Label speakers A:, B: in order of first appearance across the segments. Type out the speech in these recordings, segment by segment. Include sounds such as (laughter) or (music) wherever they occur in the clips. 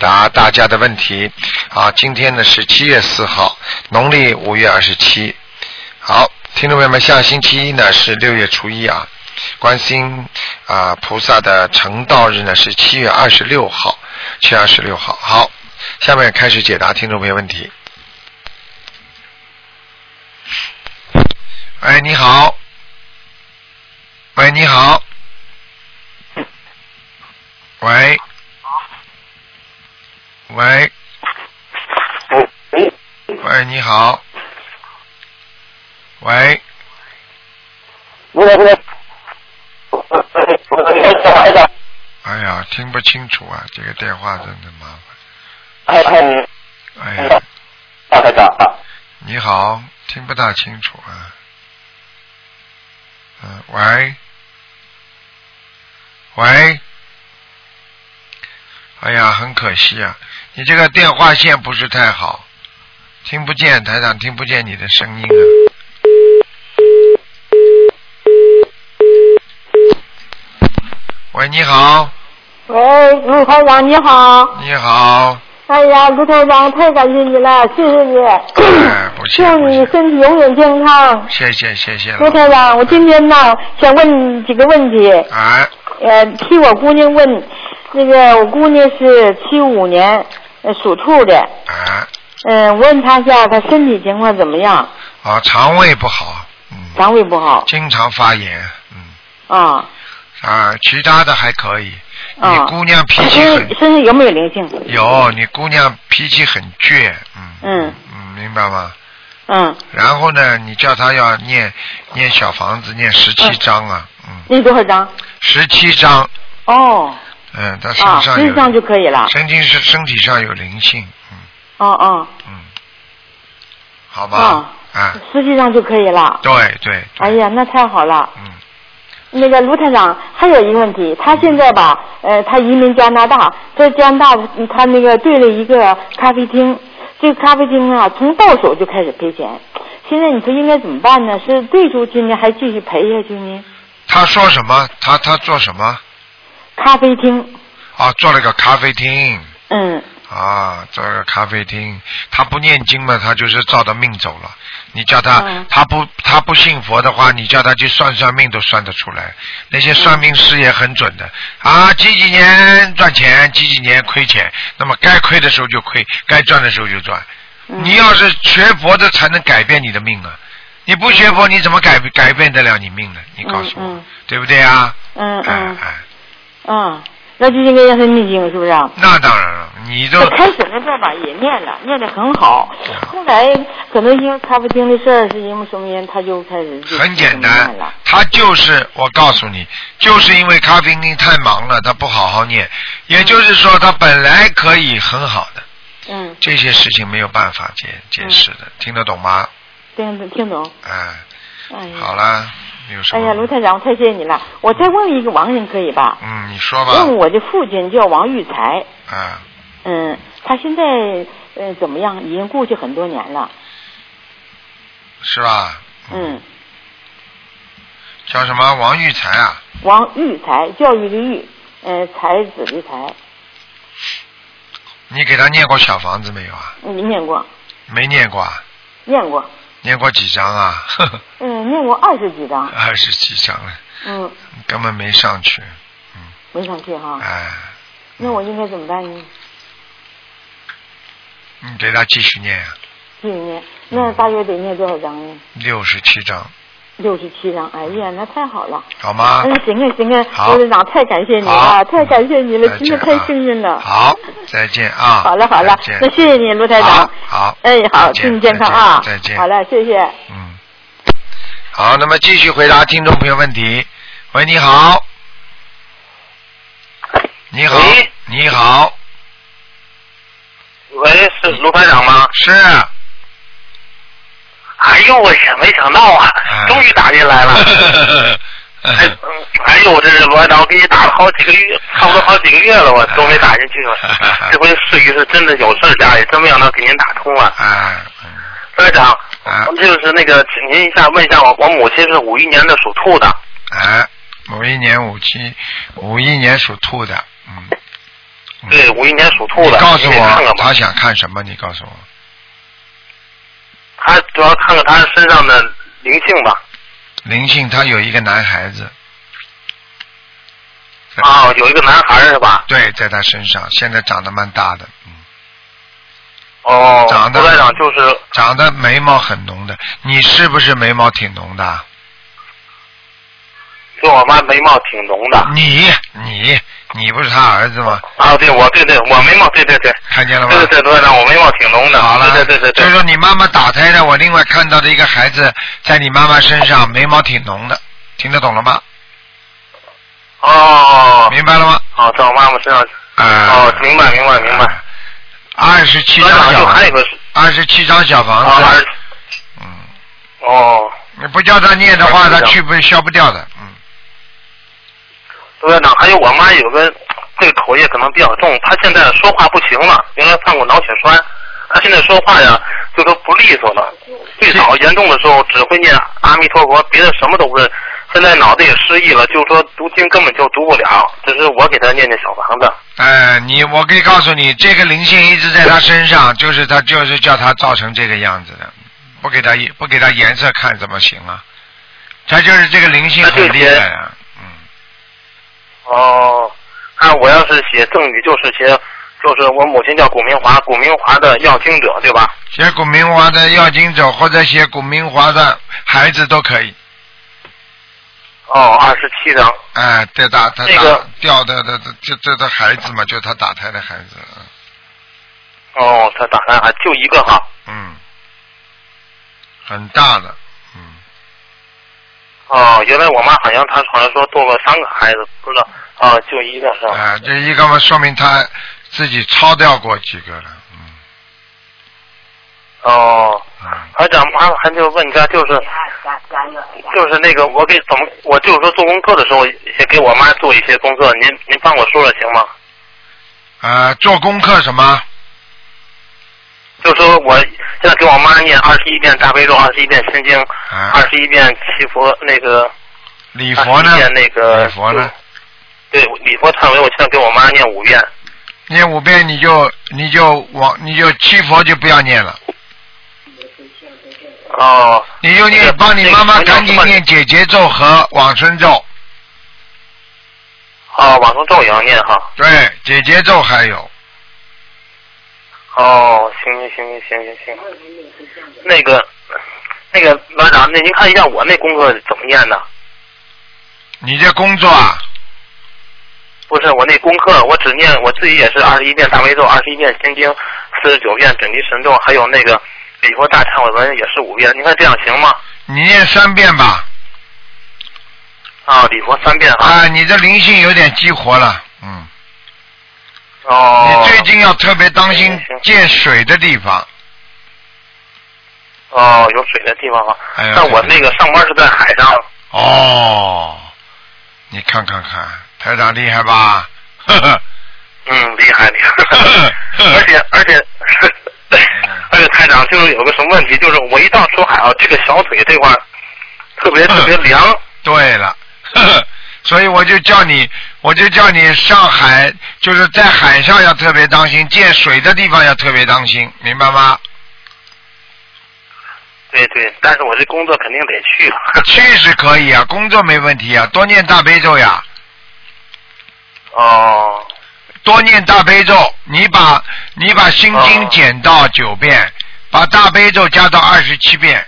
A: 答大家的问题。啊，今天呢是七月四号，农历五月二十七。好，听众朋友们，下星期一呢是六月初一啊，观世音啊菩萨的成道日呢是七月二十六号，七月二十六号。好，下面开始解答听众朋友问题。哎，你好。喂，你好。喂。喂。喂，你好。喂。哎呀，听不清楚啊，这个电话真的麻烦。哎呀，
B: 大台长啊，
A: 你好，听不大清楚啊。嗯，喂，喂，哎呀，很可惜啊，你这个电话线不是太好，听不见台长，听不见你的声音啊。喂，你好，
C: 喂，哎卢台长你好。
A: 你好，
C: 哎呀，卢台长太感谢你了，谢谢你，
A: 哎，不
C: 祝
A: 谢不
C: 你
A: 谢，
C: 身体永远健康。
A: 谢谢谢谢
C: 卢
A: 了，
C: 台长，我今天呢想问你几个问题，
A: 哎，
C: 呃，替我姑娘问。那个我姑娘是七五年呃属兔的，
A: 哎，
C: 嗯、我问她一下她身体情况怎么样，
A: 啊，肠胃不好，嗯，
C: 肠胃不好
A: 经常发炎，嗯。
C: 啊
A: 啊，其他的还可以。你
C: 啊。
A: 姑娘脾
C: 她
A: 气
C: 身
A: 很、
C: 身上有没有灵性？
A: 有，你姑娘脾气很倔，嗯
C: 嗯
A: 嗯，明白吗？
C: 嗯，
A: 然后呢，你叫她要念念小房子，念十七章啊，嗯，
C: 那多少张？
A: 十七章，
C: 哦，
A: 嗯，她身
C: 啊，
A: 上有，
C: 身上就可以了。
A: 身体是身体上有灵性，嗯
C: 哦哦，
A: 嗯，好吧，啊，
C: 实际上就可以了。
A: 对对，
C: 哦哎呀，那太好了。
A: 嗯，
C: 那个卢台长还有一个问题，他现在吧，呃，他移民加拿大，在加拿大嗯他那个对了一个咖啡厅，这个咖啡厅啊，从到手就开始赔钱。现在你说应该怎么办呢？是对出去呢，还继续赔下去呢？
A: 她说什么？她她做什么？
C: 咖啡厅，
A: 啊，做了个咖啡厅。
C: 嗯，
A: 啊，这个咖啡厅，他不念经嘛，他就是照着命走了。你叫他，
C: 嗯
A: 他不他不信佛的话，你叫他去算算命都算得出来。那些算命师也很准的、
C: 嗯
A: 啊，几几年赚钱，几几年亏钱，那么该亏的时候就亏，该赚的时候就赚。
C: 嗯
A: 你要是学佛的，才能改变你的命啊！你不学佛，你怎么改改变得了你命呢？你告诉我，
C: 嗯嗯
A: 对不对啊？
C: 嗯
A: 哎
C: 嗯
A: 哎，
C: 嗯，那就应该让他念经，是不是啊？
A: 那当然了，你嗯都
C: 我开始那阵儿吧也念了，念得很好，后来可能因为咖啡厅的事儿，是因为什么原因，他就开始就
A: 很简
C: 不
A: 单
C: 念了，
A: 他就是我告诉你，就是因为咖啡厅太忙了，他不好好念，也就是说他本来可以很好的，
C: 嗯，
A: 这些事情没有办法解解释的，听得懂吗？
C: 听听懂。
A: 哎，
C: 哎呀，
A: 好了，有什
C: 哎
A: 么？
C: 呀，卢台长，我太谢谢你了。我再问一个亡人可以吧？
A: 嗯，你说
C: 问
A: 吧，
C: 我的父亲叫王玉才，
A: 啊，
C: 嗯，他现在呃怎么样？已经过去很多年了，
A: 是吧？
C: 嗯，，
A: 叫什么王玉才啊？
C: 王玉才，教育的育，呃，才子的才，
A: 你给他念过小房子没有啊？
C: 你念过，
A: 没念过啊？
C: 念过，
A: 念过几张啊？ (laughs)
C: 嗯，念过二十几张，
A: 二十几张了，
C: 嗯，
A: 根本没上去，
C: 没上去哈。
A: 哎。
C: 那我应该怎么办呢？
A: 你给他继续念啊
C: 继续念，那大约得念多少章呢？
A: 六十七章，
C: 六十七章。哎呀，那太好了。
A: 好吗？
C: 嗯，行啊行啊，
A: 好
C: 罗队长，太感谢你
A: 好
C: 了，太感谢你了，
A: 再
C: 真的
A: 见
C: 太
A: 啊
C: 幸运了。
A: 好，再见啊！
C: 好了好了
A: 再见，
C: 那谢谢你，卢台长。
A: 好好
C: 哎，好，
A: 再见
C: 祝你健康啊！
A: 再见再见
C: 好了，谢谢。
A: 嗯，好，那么继续回答听众朋友问题。喂，你好，你好，
D: 喂
A: 你好，
D: 喂，是卢班长吗？
A: 是啊
D: (laughs) 哎呦，我也没想到啊
A: 哎，。
D: 终于打进来了。哎，嗯哎呦，我这是罗班长，我给你打了好几个月，差不多好几个月了，我都没打进去了
A: (laughs)
D: 这回是于是真的有事儿，家里真没想到给您打通了。
A: 啊，嗯
D: 班长，
A: 啊
D: 就是那个，请您一下问一下我，我母亲是五一年的属兔的，
A: 啊，五一年五七，五一年属兔的，嗯，
D: 对，五一年属兔的。
A: 你告诉
D: 你得看
A: 我
D: 看吧
A: 他想看什么？你告诉我。
D: 他主要看看他身上的灵性吧。
A: 灵性他有一个男孩子，嗯
D: 啊，有一个男孩儿是吧？
A: 对，在他身上，现在长得蛮大的，嗯
D: 哦，
A: 长得
D: 胡台长就是
A: 长得眉毛很浓的。你是不是眉毛挺浓的？
D: 跟我妈眉毛挺浓的。
A: 你你你不是他儿子吗？
D: 啊，对，我对对，我眉毛对对对，
A: 看见了吗？
D: 对对对，罗台长，我眉毛挺浓的。
A: 好了，
D: 对对对对
A: 所以
D: 对。
A: 说你妈妈打胎的，我另外看到的一个孩子在你妈妈身上眉毛挺浓的，听得懂了吗？
D: 哦，
A: 明白了吗？
D: 哦，在我妈妈身上。
A: 啊、
D: 哦，明白明白明
A: 嗯
D: 白。
A: 呃二十七
D: 罗
A: 张
D: 台长
A: 小
D: 就还
A: 房
D: 有
A: 子，
D: 个是
A: 二十七张小房
D: 啊，
A: 子，
D: 儿
A: 嗯，
D: 哦，
A: 你不叫他念的话，
D: 27
A: 他
D: 张
A: 去不消不掉的，嗯，
D: 罗台长，还有我妈有个这个口业可能比较重，她现在说话不行了，原来犯过脑血栓，她现在说话呀就都不利索了。最早严重的时候只会念阿弥陀佛，别的什么都不认。现在脑子也失忆了，就是说读经根本就读不了，只是我给她念念小房子。
A: 呃，你我可以告诉你，这个灵性一直在他身上，就是他就是叫他造成这个样子的，不给他不给他颜色看怎么行啊？他就是这个灵性
D: 那
A: 很
D: 这
A: 厉
D: 些
A: 害啊，嗯。
D: 哦，那我要是写赠与，就是写，就是我母亲叫古明华，古明华的要经者，对吧？
A: 写古明华的要经者，或者写古明华的孩子都可以。
D: 哦，二十七张。
A: 哎，对打他打、
D: 这个
A: 掉的的的这这的孩子嘛，就他打胎的孩子，
D: 哦，他打算还就一个哈。
A: 嗯，很大的，嗯，
D: 哦，原来我妈好像她好像说堕了三个孩子，不知道。啊，就一个是吧？
A: 啊、这一个嘛，说明他自己超掉过几个了，嗯
D: 哦，
A: 嗯，
D: 还长妈妈还就问一下，就是就是那个我给怎么，我就是说做功课的时候也给我妈做一些功课，您您帮我说说行吗？
A: 啊、做功课什么？
D: 就说我现在给我妈念二十一遍大悲咒，二十一遍心经，
A: 啊
D: 二十一遍七佛那个
A: 礼佛呢
D: 啊？念那个
A: 礼佛呢？
D: 对礼佛忏悔，我现在给我妈念五遍。
A: 念五遍你就你就往你就七佛就不要念了，
D: 哦
A: 你就
D: 那个
A: 念帮你
D: 那个
A: 妈妈
D: 同样
A: 赶紧
D: 是吧
A: 念姐姐咒和往生咒。
D: 哦，往生咒也要念哈。
A: 对，姐姐咒还有，
D: 哦，行行行行行行行。那个那个班长，那您看一下我那功课怎么念的？
A: 你这工作啊，
D: 不是我那功课，我只念我自己也是二十一遍大悲咒，二十一遍心经，四十九遍准提神咒，还有那个礼佛大忏悔文也是五遍。您看这样行吗？
A: 你念三遍吧。
D: 啊，礼佛三遍啊。
A: 啊，你这灵性有点激活了，嗯，
D: 哦。
A: 你最近要特别当心
D: 行行
A: 见水的地方。
D: 哦，有水的地方啊。
A: 哎呀
D: 但我那个上班是在海上。
A: 哦，你看看看，台长厉害吧？ (laughs) 呵呵，
D: 嗯，厉害厉
A: (laughs)
D: 害。而且而且 (laughs) 而且台长就是有个什么问题，就是我一到出海啊，这个小腿这块儿特别特别凉。
A: 嗯对了， (laughs) 呵呵，所以我就叫你，我就叫你上海，就是在海上要特别当心，见水的地方要特别当心，明白吗？
D: 对对，但是我这工作肯定得去了。
A: (laughs) 去是可以啊，工作没问题啊，多念大悲咒呀。
D: 哦
A: 多念大悲咒，你把你把心经
D: 哦
A: 减到九遍，把大悲咒加到二十七遍，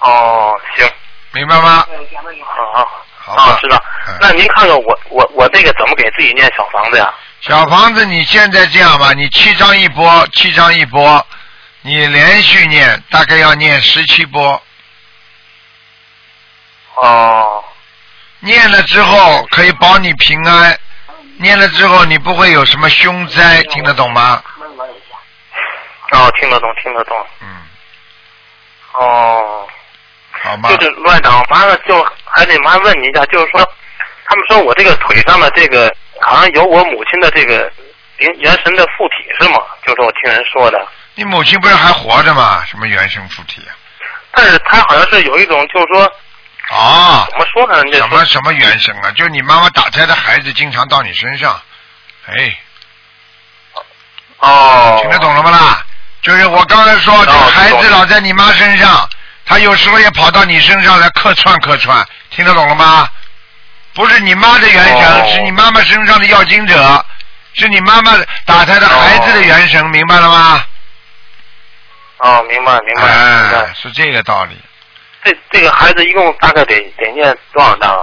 D: 哦，行，
A: 明白吗？
D: 好好。
A: 好吧
D: 啊，知道
A: 嗯。
D: 那您看看我我我这个怎么给自己念小房子呀？
A: 小房子，你现在这样吧，你七张一波，七张一波，你连续念，大概要念十七波。
D: 哦
A: 念了之后可以保你平安，念了之后你不会有什么凶灾，听得懂吗？
D: 哦，听得懂，听得懂。
A: 嗯，
D: 哦。
A: 好吗？
D: 就是乱长，完了就还得麻烦问你一下，就是说，他们说我这个腿上的这个好像有我母亲的这个灵元神的附体是吗？就是我听人说的，
A: 你母亲不是还活着吗？什么原生附体啊？
D: 但是她好像是有一种就是说
A: 哦，
D: 怎么说呢？那
A: 啊什么什么原生啊？就你妈妈打胎的孩子经常到你身上，谁，
D: 哦，
A: 听得懂了吗啦？就是我刚才说，这个孩
D: 懂
A: 子
D: 了
A: 老在你妈身上，他有时候也跑到你身上来客串客串，听得懂了吗？不是你妈的原神，
D: 哦
A: 是你妈妈身上的要经者，是你妈妈打胎的孩子的原神，明白了吗？
D: 哦，明白明白明
A: 哎
D: 白。，
A: 是这个道理。
D: 这这个孩子一共大概得得念多少章啊？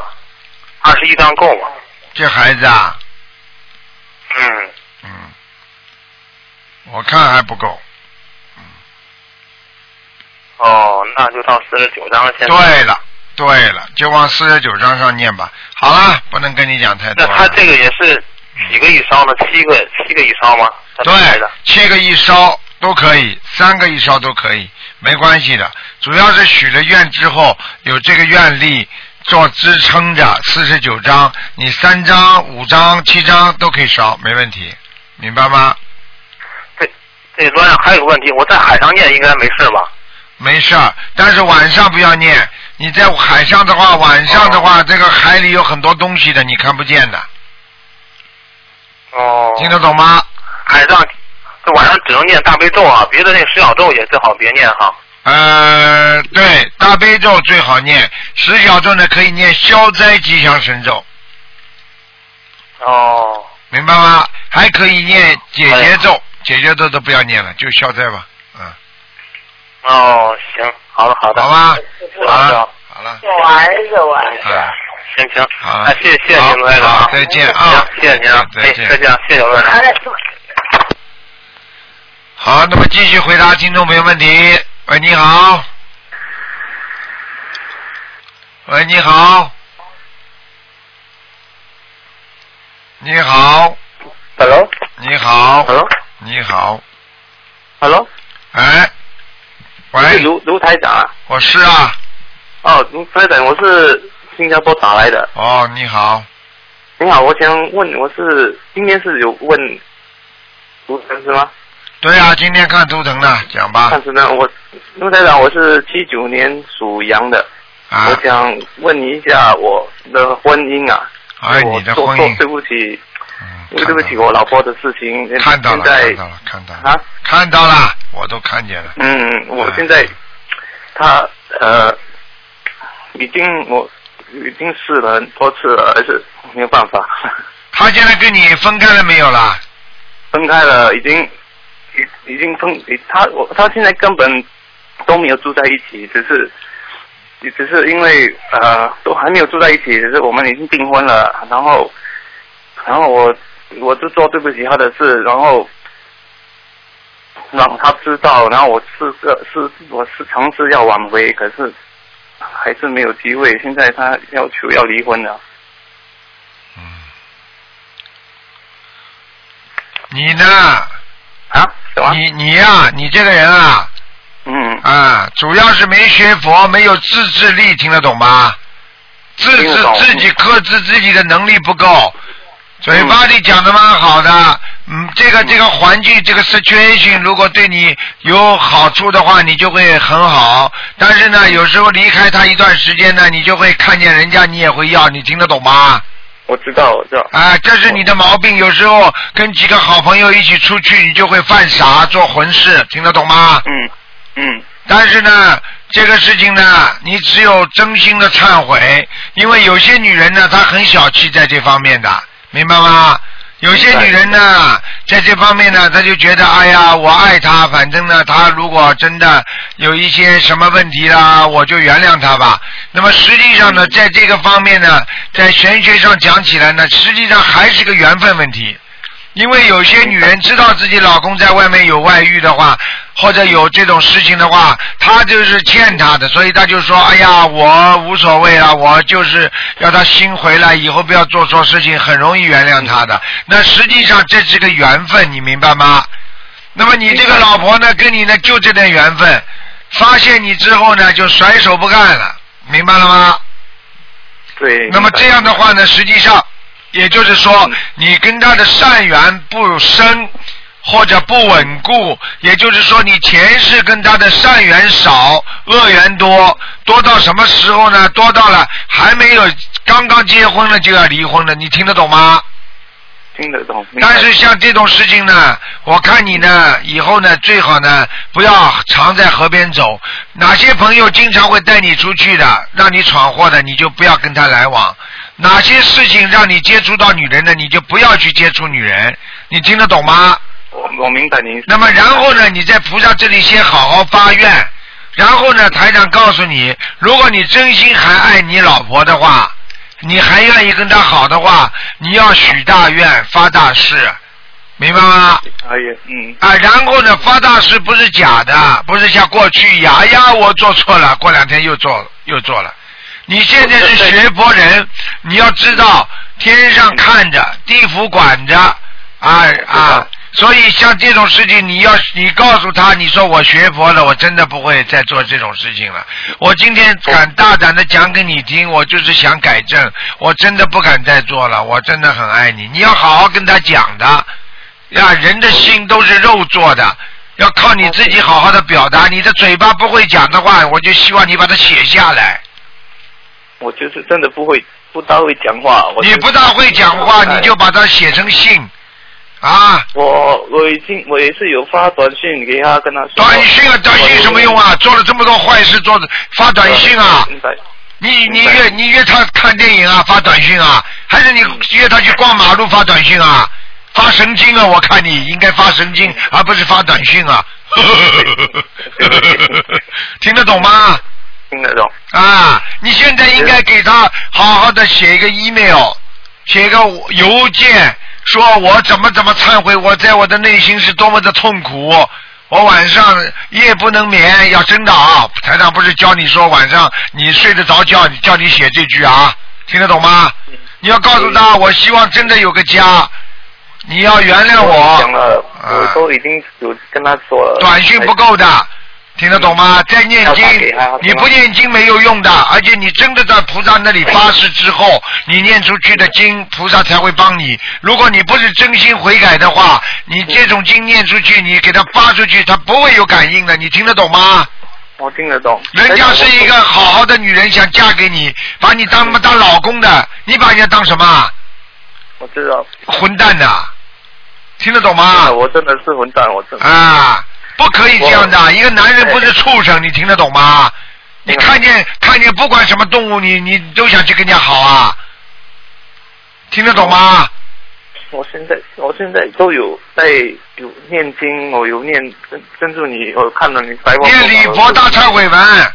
D: 二十一章够吗？
A: 这孩子啊，
D: 嗯，
A: 嗯，我看还不够。
D: 哦，那就到四十九章了。现在，
A: 对了，对了，就往四十九章上念吧。好了，不能跟你讲太多
D: 那
A: 了。嗯
D: 他这个也是几个一烧呢？七个七个一烧吗？他这个孩
A: 对
D: 子，
A: 七个一烧都可以，三个一烧都可以，没关系的。主要是许了愿之后，有这个愿力做支撑着，四十九章，你三章、五章、七章都可以烧，没问题，明白吗？
D: 对，对，罗亮还有个问题，我在海上念应该没事吧？
A: 没事儿，但是晚上不要念。你在海上的话，晚上的话，这个海里有很多东西的，你看不见的，
D: 哦，
A: 听得懂吗？
D: 海上，这晚上只能念大悲咒啊，别的那个十小咒也最好别念哈。
A: 呃，对，大悲咒最好念，十小咒呢可以念消灾吉祥神咒，
D: 哦，
A: 明白吗？还可以念解结咒，解结咒都不要念了，就消灾吧，嗯，
D: 哦，行，好的好的，
A: 好吧，
D: 是的，
A: 好
D: 是的
A: 了，好了，
B: 我儿子，我儿子。
A: 啊，
D: 行行，
A: 好
D: 哎，谢谢谢谢您，
A: 好
D: 罗台长
A: 好
D: 啊，
A: 再见啊
D: 行谢谢您啊，
A: 再
D: 哎，
A: 见
D: 再见，谢谢罗台长
E: 哎
B: 好。嘞，
A: 好，那么继续回答听众朋友问题。喂，你好。喂，你好。你好，
D: Hello，Hello，Hello，
A: 你好，你好，哎，喂，
D: 哎卢台长啊，
A: 我是啊，
D: 哦，卢台长，我是新加坡打来的。
A: 哦，你好，
D: 你好，我想问，我是今天是有问卢先生吗？
A: 对啊，今天看图腾的，讲吧
D: 但，是呢，我卢台长，我是七九年属羊的，
A: 啊
D: 我，想问你一下我的婚姻啊，
A: 哎，
D: 我
A: 你的
D: 做
A: 婚
D: 做对
A: 姻，
D: 不起，
A: 嗯
D: 对不起我老婆的事情，
A: 看到了，看
D: 现
A: 到
D: 在
A: 了，看到了，
D: 啊，
A: 看到了，我都看见了，
D: 嗯，我
A: 嗯
D: 现在她呃已经我已经试了很多次了，还是没有办法，
A: 他现在跟你分开了没有啦？
D: 分开了，已经已已经分，她我她现在根本都没有住在一起，只是。只是因为呃都还没有住在一起，只是我们已经订婚了，然后然后我我就做对不起他的事，然后让他知道，然后我试着是我嗯是尝试要挽回，可是还是没有机会。现在他要求要离婚了，
A: 嗯你呢？
D: 啊？什么？
A: 你你呀、你这个人啊，
D: 嗯，
A: 啊，主要是没学佛，没有自制力，听得懂吗？自
D: 听
A: 制
D: 得懂
A: 自己克制自己的能力不够，嘴巴里讲的蛮好的，嗯，这个这个环境这个 situation 如果对你有好处的话，你就会很好。但是
D: 嗯
A: 呢，有时候离开他一段时间呢，你就会看见人家你也会要，你听得懂吗？
D: 我知道，我知道。
A: 啊，这是你的毛病。有时候跟几个好朋友一起出去，你就会犯傻做混事，听得懂吗？
D: 嗯嗯
A: 但是呢，这个事情呢，你只有真心的忏悔，因为有些女人呢，她很小气在这方面的，明白吗？有些女人呢，在这方面呢，她就觉得，哎呀，我爱她，反正呢，她如果真的有一些什么问题啦，我就原谅她吧。那么实际上呢，在这个方面呢，在玄学上讲起来呢，实际上还是个缘分问题。因为有些女人知道自己老公在外面有外遇的话，或者有这种事情的话，她就是欠他的，所以她就说：“哎呀，我无所谓了，我就是要他心回来，以后不要做错事情，很容易原谅他的。”那实际上这是个缘分，你明白吗？那么你这个老婆呢，跟你呢就这点缘分，发现你之后呢就甩手不干了，明白了吗？
D: 对。
A: 那么这样的话呢，实际上，也就是说
D: 嗯，
A: 你跟他的善缘不深或者不稳固，也就是说，你前世跟他的善缘少，恶缘多，多到什么时候呢？多到了还没有刚刚结婚了就要离婚了，你听得懂吗？
B: 听得懂。明白
A: 但是像这种事情呢，我看你呢，以后呢，最好呢，不要常在河边走。哪些朋友经常会带你出去的，让你闯祸的，你就不要跟他来往。哪些事情让你接触到女人的，你就不要去接触女人。你听得懂吗？
B: 我我明白您。
A: 那么然后呢，你在菩萨这里先好好发愿，然后呢，台长告诉你，如果你真心还爱你老婆的话，你还愿意跟她好的话，你要许大愿发大誓，明白吗？
B: 可以，嗯，
A: 啊，然后呢，发大誓不是假的，不是像过去呀呀，我做错了，过两天又做又做了。你现在是学佛人，你要知道天上看着，地府管着，啊啊，所以像这种事情，你要你告诉他，你说我学佛了，我真的不会再做这种事情了。我今天敢大胆的讲给你听，我就是想改正，我真的不敢再做了，我真的很爱你，你要好好跟他讲的。呀，人的心都是肉做的，要靠你自己好好的表达。你的嘴巴不会讲的话，我就希望你把它写下来。
B: 我就是真的不会，不大会讲话。我
A: 你不大会讲话，
B: 哎
A: 你就把它写成信啊。
B: 我我已经我也是有发短信给他，跟他说。
A: 短信啊，短信有什么用啊？做了这么多坏事，做的发短信啊？
B: 明白。
A: 你你
B: 明白
A: 约你约他看电影啊，发短信啊，还是你约他去逛马路发短信啊？发神经啊！我看你应该发神经，而不是发短信啊。 (laughs) 听得懂吗？
B: 听得懂。
A: 啊，你现在应该给他好好的写一个 email，写一个邮件，说我怎么怎么忏悔，我在我的内心是多么的痛苦，我晚上夜不能眠，要真的啊，台长不是教你说晚上你睡得着觉，你叫你写这句啊，听得懂吗？你要告诉他，
B: 嗯
A: 我希望真的有个家，你要原谅
B: 我
A: 我。
B: 讲了，
A: 啊
B: 我都已经有跟他说了。
A: (laughs) 短讯不够的，听得懂吗？在念经
B: 哎要打给他，
A: 你不念经没有用的，而且你真的在菩萨那里发誓之后，你念出去的经，菩萨才会帮你。如果你不是真心悔改的话，你这种经念出去，你给他发出去，他不会有感应的。你听得懂吗？
B: 哎我听得懂。
A: 人家是一个好好的女人，想嫁给你，把你当
B: 嗯
A: 当老公的，你把人家当什么啊
B: 我知道，
A: 混蛋呐、听得懂吗？
B: 啊，我真的是混蛋，我真的。
A: 啊，不可以这样的。一个男人不是畜
B: 哎
A: 生，你听得懂
B: 嗯
A: 吗？你
B: 明白
A: 看见看见不管什么动物，你你都想去跟人家好啊？听得懂吗？
B: 我现在我现在都有在有念经，我有念跟跟住你，哦我看了你白话。
A: 念礼佛大忏悔文，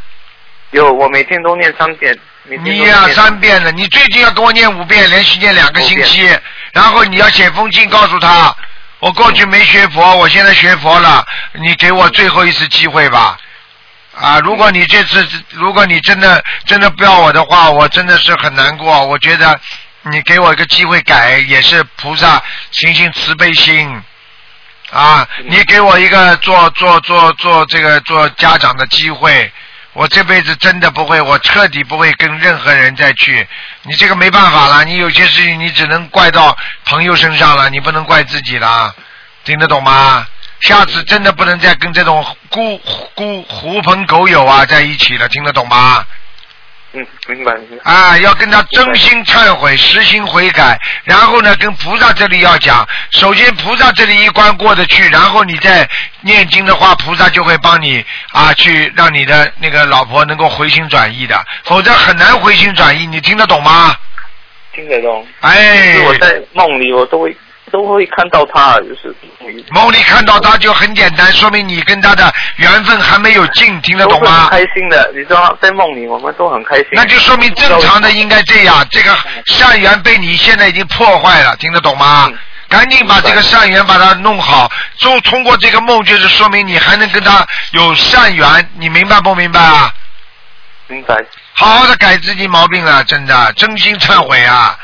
B: 有，我每天都念三遍。每天都
A: 你
B: 念
A: 呀、三遍了，你最近要跟我念五遍，连续念两个星期，然后你要写封信告诉
B: 嗯
A: 他，我过去没学佛，我现在学佛了，你给我最后一次机会吧。啊，如果你这次，如果你真的真的不要我的话，我真的是很难过。我觉得你给我一个机会改，也是菩萨行行慈悲心。啊，你给我一个做做做做这个做家长的机会，我这辈子真的不会，我彻底不会跟任何人再去。你这个没办法了，你有些事情你只能怪到朋友身上了，你不能怪自己了，听得懂吗？下次真的不能再跟这种孤孤狐朋狗友啊在一起了，听得懂吗？
B: 嗯，明白明白。
A: 啊，要跟他真心忏悔，实心悔改，然后呢，跟菩萨这里要讲，首先菩萨这里一关过得去，然后你再念经的话，菩萨就会帮你啊，去让你的那个老婆能够回心转意的，否则很难回心转意，你听得懂吗？
B: 听得懂。
A: 哎
B: 就是，我在梦里，我都会都会看到他，就是
A: 梦里看到他就很简单，说明你跟他的缘分还没有尽，听得懂
B: 都是
A: 吗
B: 很？开心的，你知道，在梦里我们都很开心。
A: 那就说明正常的应该这样，这个善缘被你现在已经破坏了，听得懂吗
B: 嗯？
A: 赶紧把这个善缘把它弄好，就通过这个梦，就是说明你还能跟他有善缘，你明白不明白啊？
B: 明白，
A: 好好的改自己毛病了，真的，真心忏悔啊！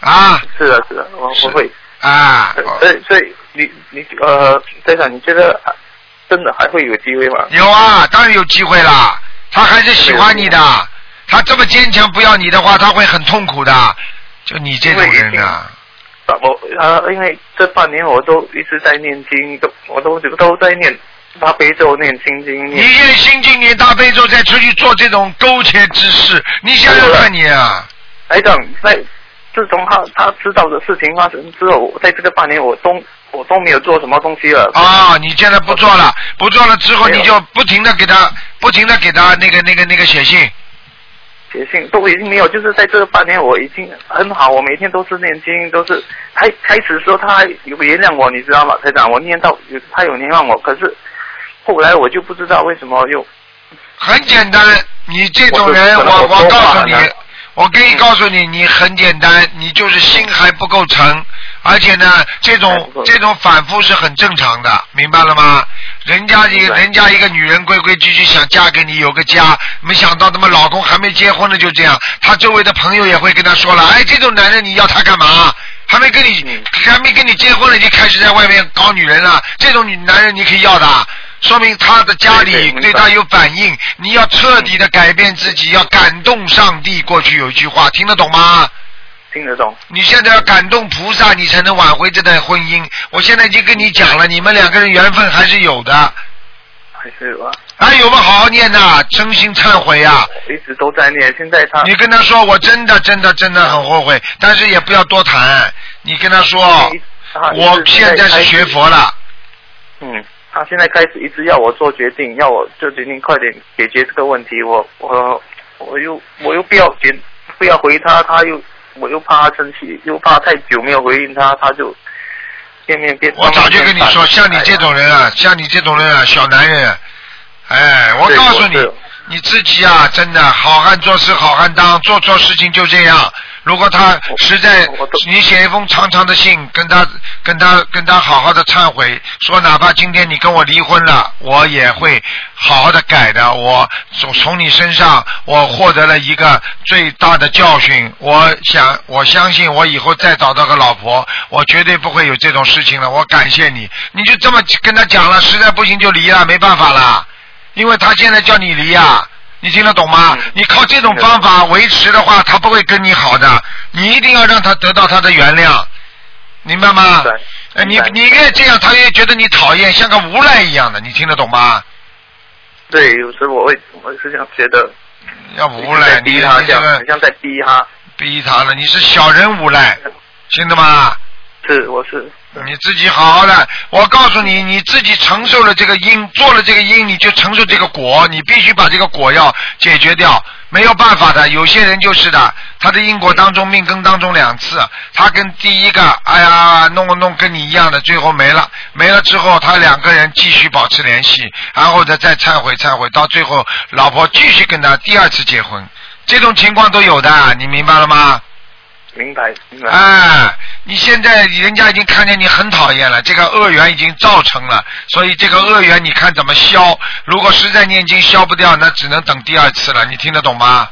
A: 啊
B: 是的，是的，我
A: 是
B: 我会。
A: 啊！
B: 所以所以你你呃，队长，你觉得还真的还会有机会吗？
A: 有啊，当然有机会啦。他还是喜欢你的，他这么坚强不要你的话，他会很痛苦的。就你这种人啊，
B: 我呃，因为这半年我都一直在念经，都我都都在念大悲咒、念心经、
A: 你
B: 念
A: 现在心经念大悲咒，再出去做这种苟且之事，你想想看你啊，
B: 台长在自从他他知道的事情发生之后，我在这个半年我都我都没有做什么东西了。
A: 哦，你现在不做了，不做了之后
B: 没有
A: 你就不停的给他，不停的给他那个那个那个写信，
B: 写信都已经没有，就是在这半年我已经很好，我每天都是念经，都是开开始的时候他还有原谅我，你知道吗？台长，我念到有他有原谅我，可是后来我就不知道为什么又
A: 很简单。你这种人，
B: 我是
A: 我
B: 我说
A: 告诉你
B: 话呢，
A: 我可以告诉你，你很简单，你就是心还不够诚，而且呢，这
B: 还
A: 种
B: 不够
A: 这种反复是很正常的，明白了吗？人家一
B: 明
A: 个
B: 白
A: 人家一个女人规规矩矩想嫁给你有个家，没想到他妈老公还没结婚呢就这样，她周围的朋友也会跟她说了，哎，这种男人你要他干嘛？还没跟你、
B: 嗯
A: 还没跟你结婚了，就开始在外面搞女人了，这种女男人你可以要的，说明他的家
B: 对
A: 里
B: 对明白
A: 对他有反应。你要彻底的改变自己，要感动上帝。过去有一句话听得懂吗？
B: 听得懂。
A: 你现在要感动菩萨，你才能挽回这段婚姻。我现在已经跟你讲了，你们两个人缘分还是有的。
B: 还是我
A: 哎，有没有好好念呐、真心忏悔呀、
B: 我一直都在念，现在他
A: 你跟他说，我真的真的真的很后悔，但是也不要多谈。你跟他
B: 哎
A: 说，
B: 他一直
A: 我现哦在是学佛了。
B: 嗯，他现在开始一直要我做决定，要我做决定，快点解决这个问题。我我我又我又不要决不要回他，他又我又怕他生气，又怕太久没有回应他，他就变面变。
A: 我早就跟你说，像你这种人啊，像你这种人啊，小男人啊，哎，我
B: 对
A: 告诉
B: 我
A: 你
B: 是，
A: 你自己啊，真的好汉做事好汉当，做错事情就这样。如果他
B: 我
A: 实在
B: 我都，
A: 你写一封长长的信，跟他、跟他、跟他好好的忏悔，说哪怕今天你跟我离婚了，我也会好好的改的。我从从你身上，我获得了一个最大的教训。我想，我相信我以后再找到个老婆，我绝对不会有这种事情了。我感谢你，你就这么跟他讲了，实在不行就离了，没办法了。因为他现在叫你离啊呀、你听得懂吗？
B: 嗯
A: 你靠这种方法维持的话，他不会跟你好的。你一定要让他得到他的原谅，明白吗？
B: 对
A: 哎，你
B: 明白
A: 你越这样，他越觉得你讨厌，像个无赖一样的，你听得懂吗？
B: 对，有时候我会我是这样觉得，
A: 要无赖，你
B: 逼
A: 你
B: 他这
A: 这
B: 样，
A: 个
B: 很像在逼他。
A: 逼他了，你是小人无赖，听得吗？
B: 是，我是
A: 你自己好好的，我告诉你，你自己承受了这个因，做了这个因，你就承受这个果，你必须把这个果要解决掉，没有办法的。有些人就是的，他的因果当中命根当中两次，他跟第一个，哎呀，弄弄跟你一样的，最后没了，没了之后，他两个人继续保持联系，然后呢再忏悔忏悔，到最后老婆继续跟他第二次结婚，这种情况都有的，你明白了吗？
B: 明白明白。
A: 哎，你现在人家已经看见你很讨厌了，这个恶缘已经造成了，所以这个恶缘你看怎么消？如果实在念经消不掉，那只能等第二次了。你听得懂吗？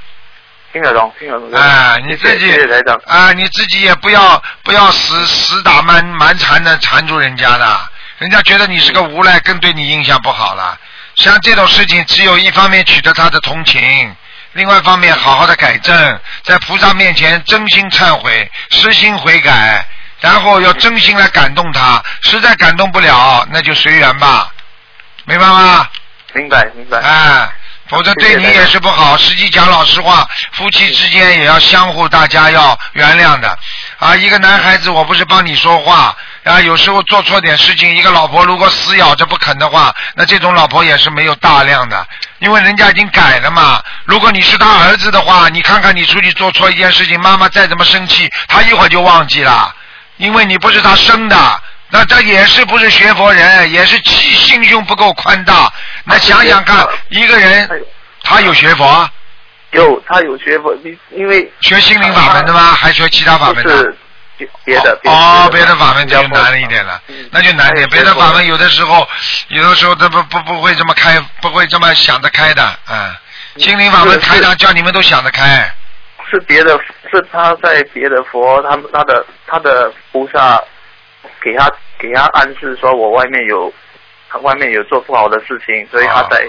B: 听得懂，听得懂。
A: 哎，你
B: 啊谢
A: 自
B: 谢
A: 己
B: 谢谢台长。
A: 哎，你自己也不要不要死死打蛮蛮缠的缠住人家的，人家觉得你是个无赖，更对你印象不好了。像这种事情，只有一方面取得他的同情，另外一方面好好的改正，在菩萨面前真心忏悔，实心悔改，然后要真心来感动他。实在感动不了，那就随缘吧，明白吗？
B: 明白明白。
A: 哎，否则对你也是不好。实际讲老实话，夫妻之间也要相互，大家要原谅的。啊，一个男孩子，我不是帮你说话，啊，有时候做错点事情，一个老婆如果死咬着不肯的话，那这种老婆也是没有大量的，因为人家已经改了嘛。如果你是他儿子的话，你看看你出去做错一件事情，妈妈再怎么生气，他一会儿就忘记了，因为你不是他生的。那他也是不是学佛人，也是气心胸不够宽大。那想想
B: 啊
A: 看，一个人
B: 哎呦
A: 他有学佛，
B: 有他有学佛，因因为
A: 学心灵法门的吗？还学其他法门
B: 啊不
A: 的
B: 是？别别的嗯哎
A: 哦，别
B: 别
A: 的法门就难了一点了，那就难一点。别的法门有的时候，有的时候他不不不会这么开，不会这么想得开的，嗯。心灵法门
B: 是
A: 台长
B: 是
A: 叫你们都想得开，
B: 是别的，是他在别的佛，他他的他的菩萨给他给他暗示说，我外面有他外面有做不好的事情，所以他在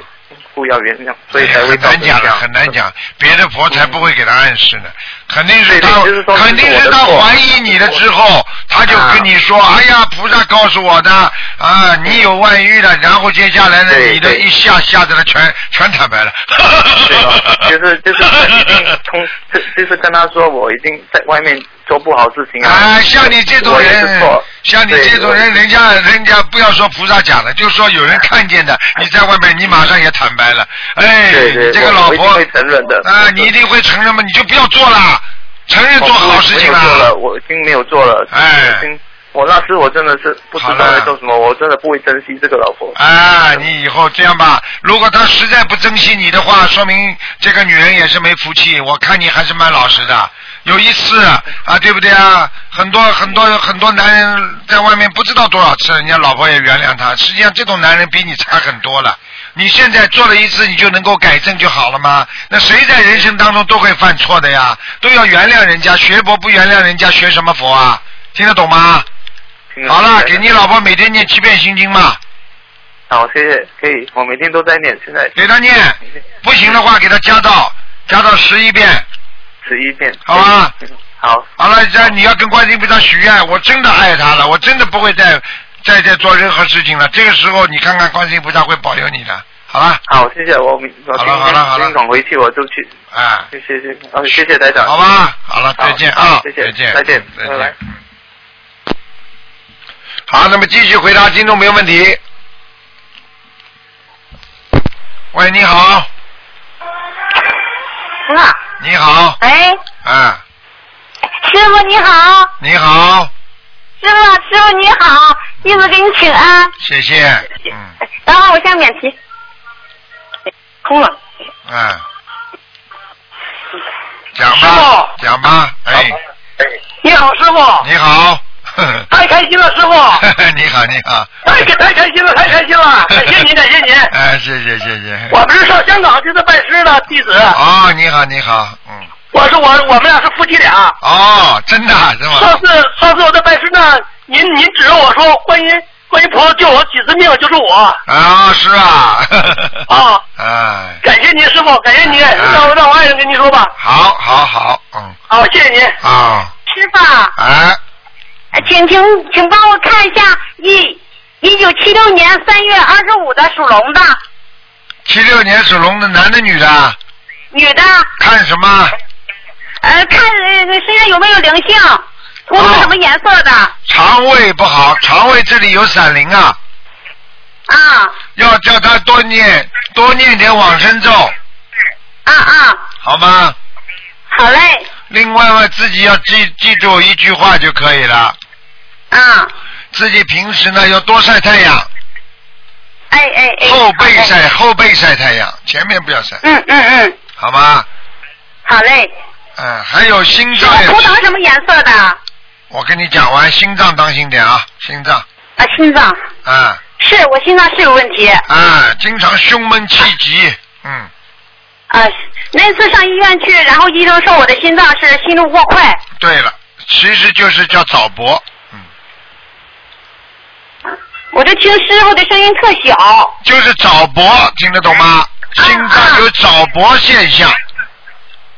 B: 不要原谅，所以才
A: 哎
B: 会
A: 哦很难
B: 造成这
A: 讲了，
B: 样
A: 很
B: (laughs)
A: 难。讲。别的佛才不会给他暗示呢，肯定是
B: 嗯对对
A: 他
B: 就是，说
A: 肯定
B: 这是我
A: 是
B: 的
A: 他
B: 错嗯
A: 怀疑你了之后，他就跟你说：“哎呀，菩萨告诉我的啊，你有外遇了。”然后接下来呢，
B: 对
A: 你的
B: 对
A: 一下下子了，全全坦白了。 (laughs)
B: 对吧？就是就是已经通，就就是跟他说，我已经在外面做不好事情
A: (laughs)
B: 啊。
A: 啊，像你这种
B: 我也是
A: 人
B: 错，
A: 像你这种人，
B: 对
A: 人家人家不要说菩萨讲的，就说有人看见的，你在外面你马上也坦白了，哎，
B: 对对，
A: 你这个
B: 我
A: 老
B: 我一定
A: 婆
B: 会承认的。
A: 啊，你一定会承认嘛，你就不要做了，承认做好事情
B: 哦我
A: 啊
B: 没有做了，我已经没有做了。
A: 哎
B: 我已经，我那时我真的是不知道
A: 好了
B: 在做什么，我真的不会珍惜这个老婆。
A: 啊，你以后这样吧，如果他实在不珍惜你的话，说明这个女人也是没福气。我看你还是蛮老实的。有一次啊，对不对啊？很多很多很多男人在外面不知道多少次，人家老婆也原谅他。实际上，这种男人比你差很多了。你现在做了一次，你就能够改正就好了吗？那谁在人生当中都会犯错的呀，都要原谅人家。学佛不原谅人家，学什么佛啊？听得懂吗？
B: 听
A: 好了，
B: 听
A: 给你老婆每天念七遍心经嘛。
B: 好，谢谢，可以，我每天都在念，现在
A: 给他念，不行的话给他加到加到十一遍。
B: 十一遍。
A: 好啊
B: 可以，好，
A: 好了，这样你要跟观世音菩萨许愿，我真的爱他了，我真的不会再再再做任何事情了。这个时候你看看观世音菩萨会保佑你的，好吧？
B: 好，谢谢，我明我
A: 好
B: 今
A: 了好了好
B: 天
A: 了
B: 今晚回去我就去，
A: 哎，
B: 谢谢谢谢，哦，谢谢台长。
A: 好吧，好了，
B: 好，
A: 再见啊，
B: 谢谢，
A: 再见，
B: 再见，
A: 再
B: 拜拜
A: 见。。好，那么继续回答听众朋友问题。喂，你好，
E: 师傅，
A: 你好，
E: 哎，
A: 哎，
E: 师傅你好，
A: 你好，
E: 师傅师傅你好，弟子给你请安。
A: 谢谢，嗯，
E: 等会儿我先免提，空了。 (laughs)
A: 哎，讲
E: 师
A: 吧，
E: 傅
A: 讲吧，哎。
E: 你好，师傅，
A: 你好， (laughs) 呵呵
E: 太开心了，师傅，
A: 你好，你好，
E: 太太开心了，太开心了，感谢您，感谢您。
A: 哎，谢谢谢谢。
E: 我们是上香港这次拜师的弟子，
A: 哦，你好，你好，嗯，
E: 我是我我们俩是夫妻俩。
A: 哦，真的是吧
E: 上？次上次我在拜师呢，您您指着我说观音观音菩萨救我几次命就是我，
A: 啊，是啊，呵呵
E: 啊，
A: (laughs) 哎，
E: 感谢您师傅，感谢您，
A: 哎
E: 让我让我爱人跟您说吧。
A: 好，好，好，嗯，
E: 好，谢谢您。
A: 啊，
F: 师傅，
A: 哎，
F: 请请请帮我看一下一一九七六年三月二十五的属龙的
A: 七六年属龙的男的女的，
F: 女的，
A: 看什么？
F: 呃，看呃身上有没有灵性，涂成什么颜色的、
A: 肠胃不好，肠胃这里有闪灵啊，
F: 啊
A: 要叫他多念多念点往生咒，
F: 啊啊！
A: 好吗？
F: 好嘞，
A: 另外嘛，自己要记记住一句话就可以了。
F: 啊，
A: 自己平时呢要多晒太阳，
F: 哎哎哎，
A: 后背晒后背晒太阳，前面不要晒，
F: 嗯嗯嗯，
A: 好吗？
F: 好嘞。
A: 嗯，还有心
F: 师
A: 脏
F: 傅
A: 也
F: 图腾
A: 是，
F: 什么颜色的？啊，
A: 我跟你讲完，心脏当心点啊，心脏，
F: 心脏
A: 啊、
F: 是我心脏是有问题。
A: 啊、经常胸闷气急，嗯，
F: 啊，那次上医院去，然后医生说我的心脏是心路过快。
A: 对了，其实就是叫早搏，嗯，
F: 我就听师傅的声音特小，
A: 就是早搏，听得懂吗？
F: 嗯
A: 心脏有早搏现象，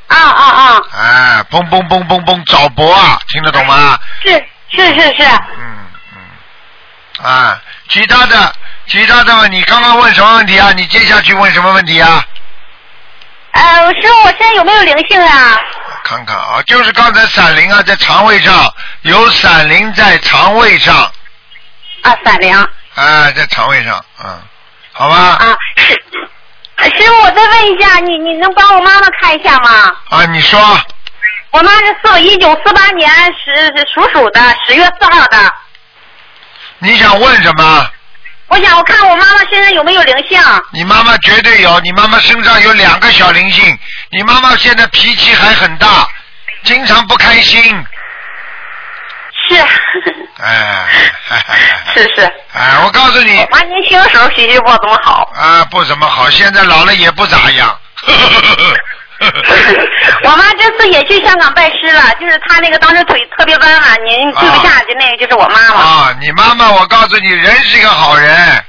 F: 啊啊啊，
A: 哎，嘣嘣嘣嘣嘣，早搏啊，听得懂吗？
F: 是是是是，
A: 嗯，嗯，啊，其他的，其他的嘛，你刚刚问什么问题啊？你接下去问什么问题啊？
F: 呃，师傅，我身上有没有灵性啊？
A: 我看看啊，就是刚才闪灵啊，在肠胃上有闪灵在肠胃上，
F: 啊，散灵啊，
A: 啊，在肠胃上，嗯，好吧，
F: 是。师傅，我再问一下，你你能帮我妈妈看一下吗？
A: 啊，你说
F: 我妈是四一九四八年十属鼠的，十月四号的。
A: 你想问什么？
F: 我想我看我妈妈身上有没有灵性？
A: 你妈妈绝对有，你妈妈身上有两个小灵性，你妈妈现在脾气还很大，经常不开心，
F: 是，
A: 哎，哈哈哈
F: (laughs) 是是。
A: (laughs)
F: 哦
A: 哎，我告诉你，
F: 我妈年轻的时候脾气不怎么
E: (laughs)
F: 好， (laughs)
A: 啊，不怎么好，现在老了也不咋样。 (laughs)
F: 我妈这次也去香港拜师了，就是她那个当时腿特别弯嘛，您跪不下去那个就是我妈妈。
A: 啊，你妈妈，我告诉你，人是个好人，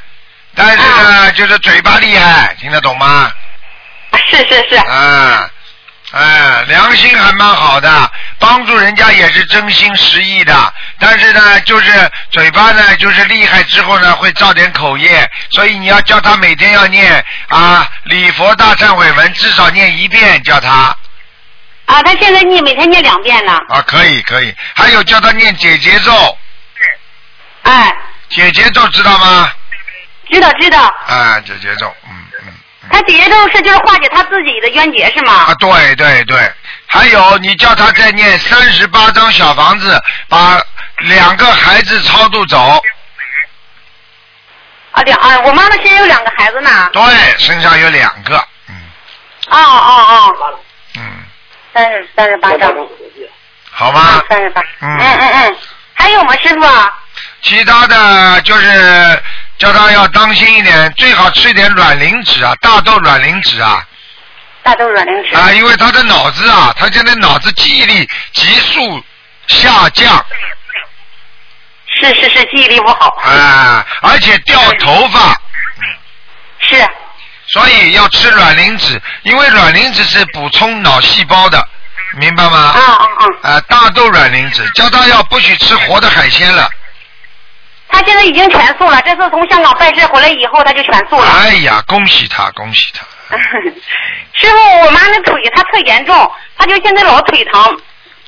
A: 但是呢，就是嘴巴厉害，听得懂吗？
F: 哦是是是，
A: 啊，哎，良心还蛮好的，帮助人家也是真心实意的，但是呢，就是嘴巴呢，就是厉害之后呢，会造点口业，所以你要叫他每天要念啊礼佛大忏悔文，至少念一遍，叫他
F: 啊，他现在念每天念两遍呢。
A: 啊，可以可以。还有叫他念解结咒，
F: 哎，
A: 解结咒知道吗？
F: 知道知道，
A: 啊，解结咒，嗯嗯。
F: 他解决这种事就是化解他自己的冤结是吗
A: 啊，？对对对，还有你叫他再念三十八张小房子，把两个孩子超度走。
F: 啊对啊，我妈妈现在有两个孩子呢。
A: 对，身上有两个，嗯
F: 哦哦哦，
A: 嗯，
F: 三十三十八张，
A: 好吗？
F: 三十八。
A: 嗯
F: 嗯嗯嗯，还有吗，师傅？
A: 其他的就是叫他要当心一点，最好吃一点卵磷脂啊，大豆卵磷脂啊，
F: 大豆软零食。
A: 啊，因为他的脑子啊，他现在脑子记忆力急速下降
F: 是是是，记忆力不好。
A: 啊，而且掉头发。
F: 是，啊
A: 所以要吃卵磷脂，因为卵磷脂是补充脑细胞的，明白吗？
F: 啊啊啊！
A: 啊，大豆卵磷脂，叫他要不许吃活的海鲜了。
F: 他现在已经全素了，这次从香港拜师回来以后，他就全素了。
A: 哎呀，恭喜他，恭喜他！
F: (laughs) 师傅，我妈那腿她特严重，她就现在老腿疼。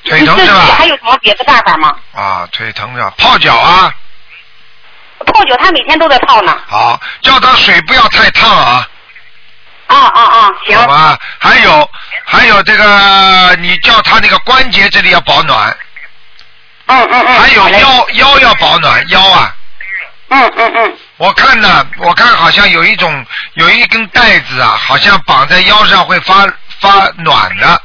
A: 腿疼是吧
F: 你 (laughs) 自己还有什么别的办法吗？
A: 啊，腿疼啊，泡脚啊，
F: 泡脚她每天都在泡呢。
A: 好，叫他水不要太烫啊，
F: 啊啊啊！行
A: 好吧？还有还有这个，你叫他那个关节这里要保暖，
F: 嗯嗯嗯。
A: 还有
F: 好嘞。
A: 腰腰要保暖，腰啊。
F: 嗯嗯嗯。
A: 我看呢，我看好像有一种有一根带子啊，好像绑在腰上会发发暖的。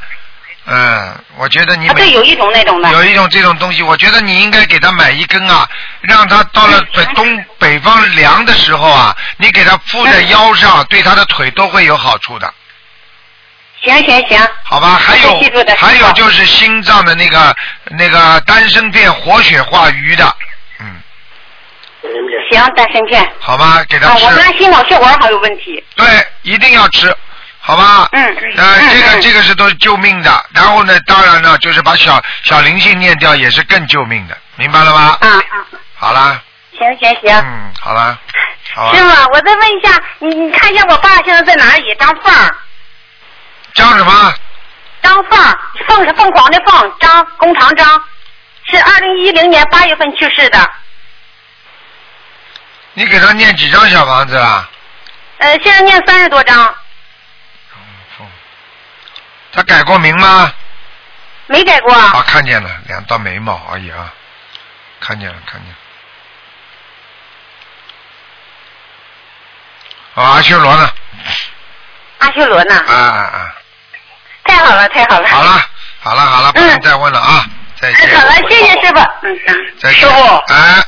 A: 嗯，我觉得你
F: 啊，对，
A: 每、
F: 有一种那种的。
A: 有一种这种东西，我觉得你应该给他买一根啊，让他到
F: 嗯
A: 了北东北方凉的时候啊，你给他敷在腰上，
F: 嗯
A: 对他的腿都会有好处的，
F: 行行行。
A: 好吧？还有
F: 我记住的
A: 还有就是心脏的那个那个丹参片活血化瘀的，嗯，
F: 行，丹参片。
A: 好吧？给他
F: 啊，
A: 吃。
F: 我妈心脑血管好有问题。
A: 对，一定要吃，好吧？
F: 嗯嗯
A: 呃，
F: 嗯
A: 这个
F: 嗯
A: 这个是都是救命的。然后呢，当然了，就是把小小灵性念掉，也是更救命的，明白了吗？
F: 啊啊，
A: 好啦，
F: 行行行。
A: 嗯，好啦，好啊
F: 师
A: 吧。
F: 傅，我再问一下，你你看一下我爸现在在哪里？张凤儿，
A: 张什么？
F: 张凤儿，凤是凤凰的凤，张弓长张，是二零一零年八月份去世的。
A: 你给他念几张小房子啦？
F: 呃，现在念三十多章，
A: 他改过名吗？
F: 没改过。
A: 啊，看见了，两道眉毛而已啊，看见了，看见了。啊，阿修罗呢？
F: 阿修罗呢
A: 啊？啊啊！
F: 太好了，太好了。
A: 好
F: (laughs)
A: 了，好了，好了，不能
F: 嗯
A: 再问了啊！再见。
F: 哎，好了，谢谢师傅。嗯嗯。
A: 再见
E: 师傅
A: 哎，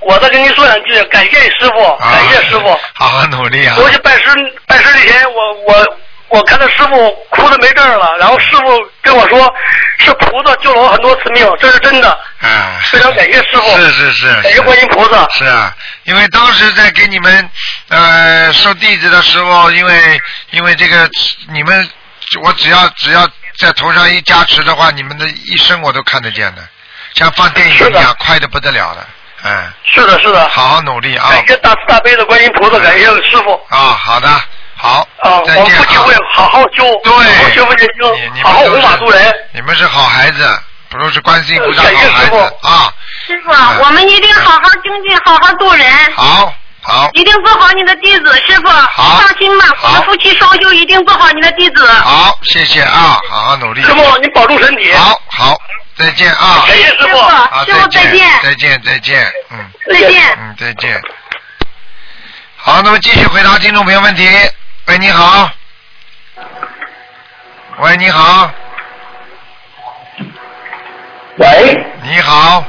E: 我再跟您说两句，感谢师傅，
A: 啊
E: 感谢师傅。
A: 好好努力啊！
E: 我去拜师拜师那天，我我我看到师傅哭的没地儿了，然后师傅跟我说，是菩萨救了我很多次命，这是真的。
A: 啊，
E: 非常感谢师傅
A: 是是是，
E: 感谢观音菩萨。
A: 是啊，因为当时在给你们呃收弟子的时候，因为因为这个你们，我只要只要在头上一加持的话，你们的一生我都看得见的，像放电影
E: 是
A: 一样
E: 的，
A: 快的不得了的。嗯，
E: 是的，是的。
A: 好好努力啊！
E: 感谢大慈大悲的观音菩萨，感谢师傅。
A: 啊，好的，好，
E: 啊，
A: 再
E: 我们
A: 见
E: 不仅
A: 啊
E: 会！好好修，
A: 对，
E: 好好学佛念
A: 你
E: 经，
A: 你们
E: 好好
A: 都
E: 弘
A: 是
E: 法度人。
A: 你们是好孩子，不都是关心菩萨
E: 感谢
A: 好孩
E: 师
A: 子
E: 父
A: 啊？
F: 师傅，我们一定好好精进，好好度人，
A: 好，好，
F: 一定做好你的弟子，师傅。
A: 好
F: 放心吧，我
A: 好
F: 们夫妻双修，一定做好你的弟子。
A: 好，谢谢啊，好好努力。
E: 师傅，您保重身体。
A: 好好，再见啊！
E: 感谢师
F: 师
E: 傅。
A: 好，
F: 傅，师傅
A: 再
F: 再见，
A: 再见，再见，嗯
F: 再见。
A: 嗯，再见。好，那么继续回答听众朋友问题。喂，你好。喂，你好，
G: 喂，
A: 你好，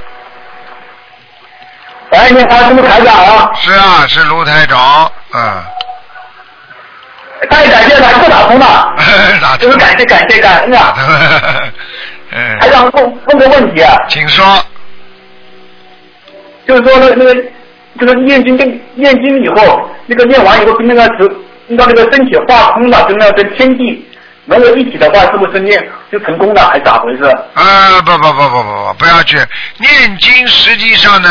G: 喂，你好，是不是台长啊？
A: 是啊，是卢台长，嗯，
G: 太感谢了，还不打通了
E: (laughs)
A: 打通
G: 真是感谢感谢感恩
A: 打
G: 啊！
A: 通 (laughs) 嗯
E: 哎
G: 台，长问问个问题啊，
A: 请说。
G: 就是说那那个就是念经跟念经以后，那个念完以后跟那个子，到那个身体化空了，跟那个跟天地能有一起的话，是不是念就成功了，还是咋回事？
A: 啊，不不不不不不，不要去念经。实际上呢，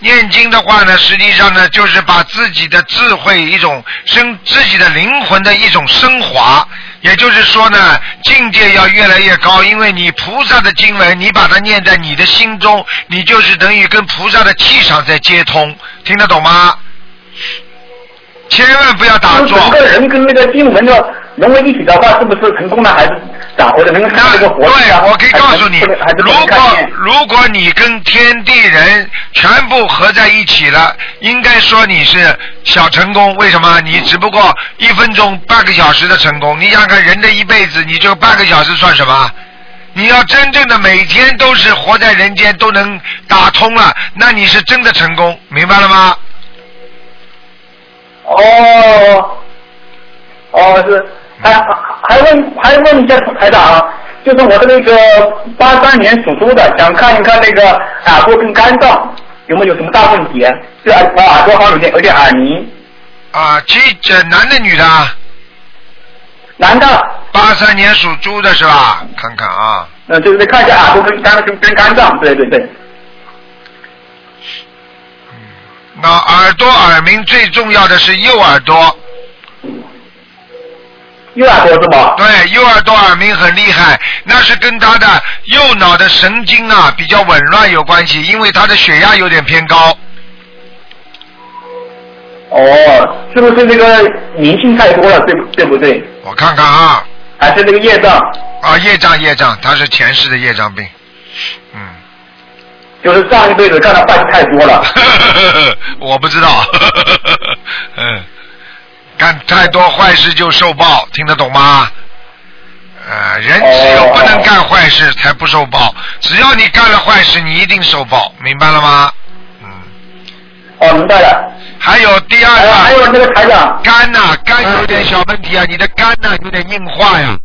A: 念经的话呢，实际上呢，就是把自己的智慧一种升，自己的灵魂的一种升华。也就是说呢，境界要越来越高，因为你菩萨的经文，你把它念在你的心中，你就是等于跟菩萨的气场在接通，听得懂吗？千万不要打
G: 就
A: 坐。
G: 整个人跟那个经文的融为一体的话，是不是成功了，还是咋回事？能看这个活力
A: 哎
G: 啊？
A: 对，我可以告诉你，
G: 还是还是不
A: 如
G: 能看
A: 果
G: 见
A: 如果你跟天地人全部合在一起了，应该说你是小成功。为什么？你只不过一分钟半个小时的成功。你想想看，人的一辈子，你就半个小时算什么？你要真正的每天都是活在人间，都能打通了，那你是真的成功，明白了吗？
G: 哦，哦是，还还还问还问一下台长啊，就是我的那个八三年属猪的，想看一看那个耳朵跟肝脏有没有什么大问题，啊就耳我耳朵好像有点有点耳鸣，
A: 啊，几呃，男的女的啊？
G: 男的，
A: 八三年属猪的是吧？看看啊，
G: 嗯、就是看一下耳朵跟肝跟跟肝脏，对对对，
A: 那耳朵耳鸣最重要的是右耳朵。
G: 右耳朵是吗？
A: 对，右耳朵耳鸣很厉害，那是跟他的右脑的神经啊比较紊乱有关系，因为他的血压有点偏高。
G: 哦，是不是那个灵性太多了，对不对不对？
A: 我看看啊，
G: 还是那个业障，
A: 啊，业障业障，他是前世的业障病。嗯，
G: 就是上一辈子干的坏事太多了。
A: (laughs) 我不知道。嗯，干太多坏事就受报，听得懂吗？呃，人只有不能干坏事才不受报，只要你干了坏事，你一定受报，明白了吗？嗯，
G: 哦，明白了。
A: 还有第二
G: 还
A: 个。
G: 有哎还有那个台长，
A: 肝呐、肝有点小问题啊，你的肝呐、有点硬化呀。
G: 嗯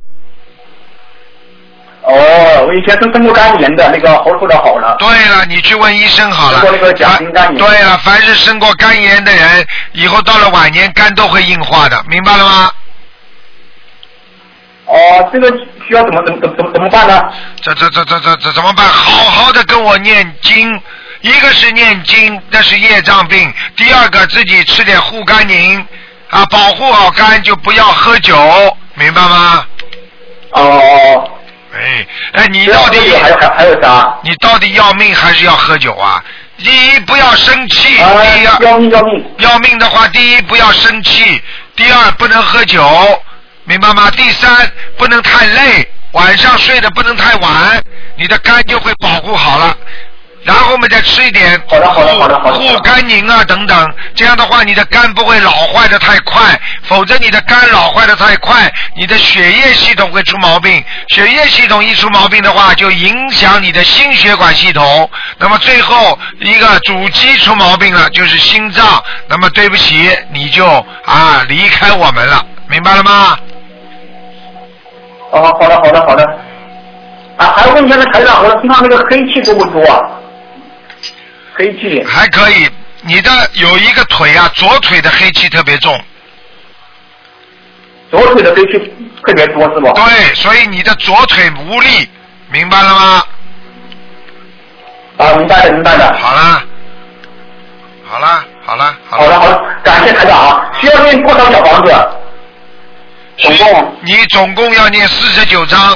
G: 哦，我以前是生过肝炎的，那个喉后来好了。
A: 对了，你去问医生好了。
G: 生过那个甲型肝炎
A: 啊对了，凡是生过肝炎的人，以后到了晚年肝都会硬化的，明白了吗？
G: 哦，这个需要怎么怎么怎么怎么怎么办呢？
A: 这这这这这这怎么办？好好的跟我念经，一个是念经，那是业障病；第二个自己吃点护肝宁，啊，保护好肝，就不要喝酒，明白吗？
G: 哦，
A: 哎哎，你
G: 这
A: 到
G: 样
A: 底
G: 还有还还有啥？
A: 你到底要命还是要喝酒啊？第一不要生气，
G: 啊
A: 第二，
G: 要命要命！
A: 要命的话，第一不要生气，第二不能喝酒，明白吗？第三不能太累，晚上睡的不能太晚，你的肝就会保护好了。然后我们再吃一点
G: 好的好的好的好的
A: 护肝宁啊等等，这样的话你的肝不会老坏的太快，否则你的肝老坏的太快，你的血液系统会出毛病，血液系统一出毛病的话，就影响你的心血管系统，那么最后一个主机出毛病了，就是心脏，那么对不起，你就啊离开我们了，明白了吗？
G: 哦，好的好的好的。啊，还问一下那台长，我身上那个黑气多不多啊？黑气
A: 还可以，你的有一个腿啊，左腿的黑气特别重，
G: 左腿的黑气特别多是吧？
A: 对，所以你的左腿无力，明白了吗？
G: 啊，明白了明白了。
A: 好啦，好啦，好啦，
G: 好
A: 了。
G: 的好的，感谢台长啊！需要念多少小房子？总共。
A: 你总共要念四十九章，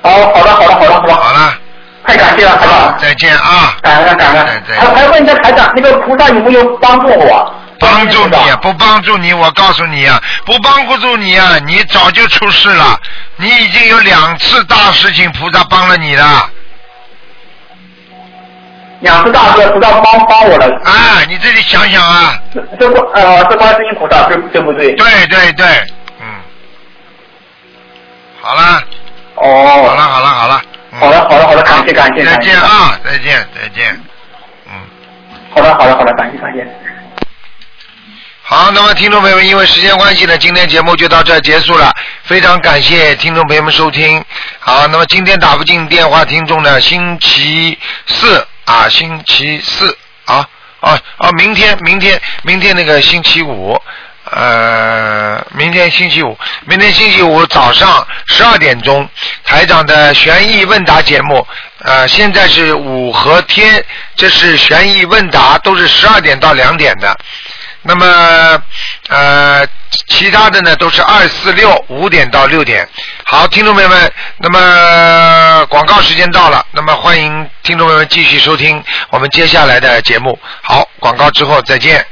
G: 哦，好的好的好的好的。
A: 好了，
G: 太感谢了，台长，
A: 再见啊！
G: 感恩了感恩
A: 对对
G: 了。还还问一下台长，那个菩萨有没有帮助我？
A: 帮助你
G: 啊！
A: 不帮助你，我告诉你啊，不帮助你啊，你早就出事了。你已经有两次大事情，菩萨帮了你了。
G: 两次大哥菩萨帮帮我了，
A: 啊，你自己想想啊。
G: 这这不呃这观世音菩萨对对不对？
A: 对对对，嗯。好了，
G: 哦，
A: 好了，好了，好了。嗯
G: 好了好了好了，感谢感谢
A: 再
G: 感谢
A: 见，啊，再见，再见。嗯。
G: 好了好了好了，感谢感谢。
A: 好，那么听众朋友们，因为时间关系呢，今天节目就到这儿结束了。非常感谢听众朋友们收听。好，那么今天打不进电话听众呢，星期四啊，星期四啊，哦、啊、哦、明天明天明天那个星期五呃，明天星期五，明天星期五早上十二点钟，台长的悬疑问答节目，呃，现在是五和天，这是悬疑问答，都是十二点到两点的。那么，呃，其他的呢都是二四六五点到六点。好，听众朋友们，那么广告时间到了，那么欢迎听众朋友们继续收听我们接下来的节目。好，广告之后再见。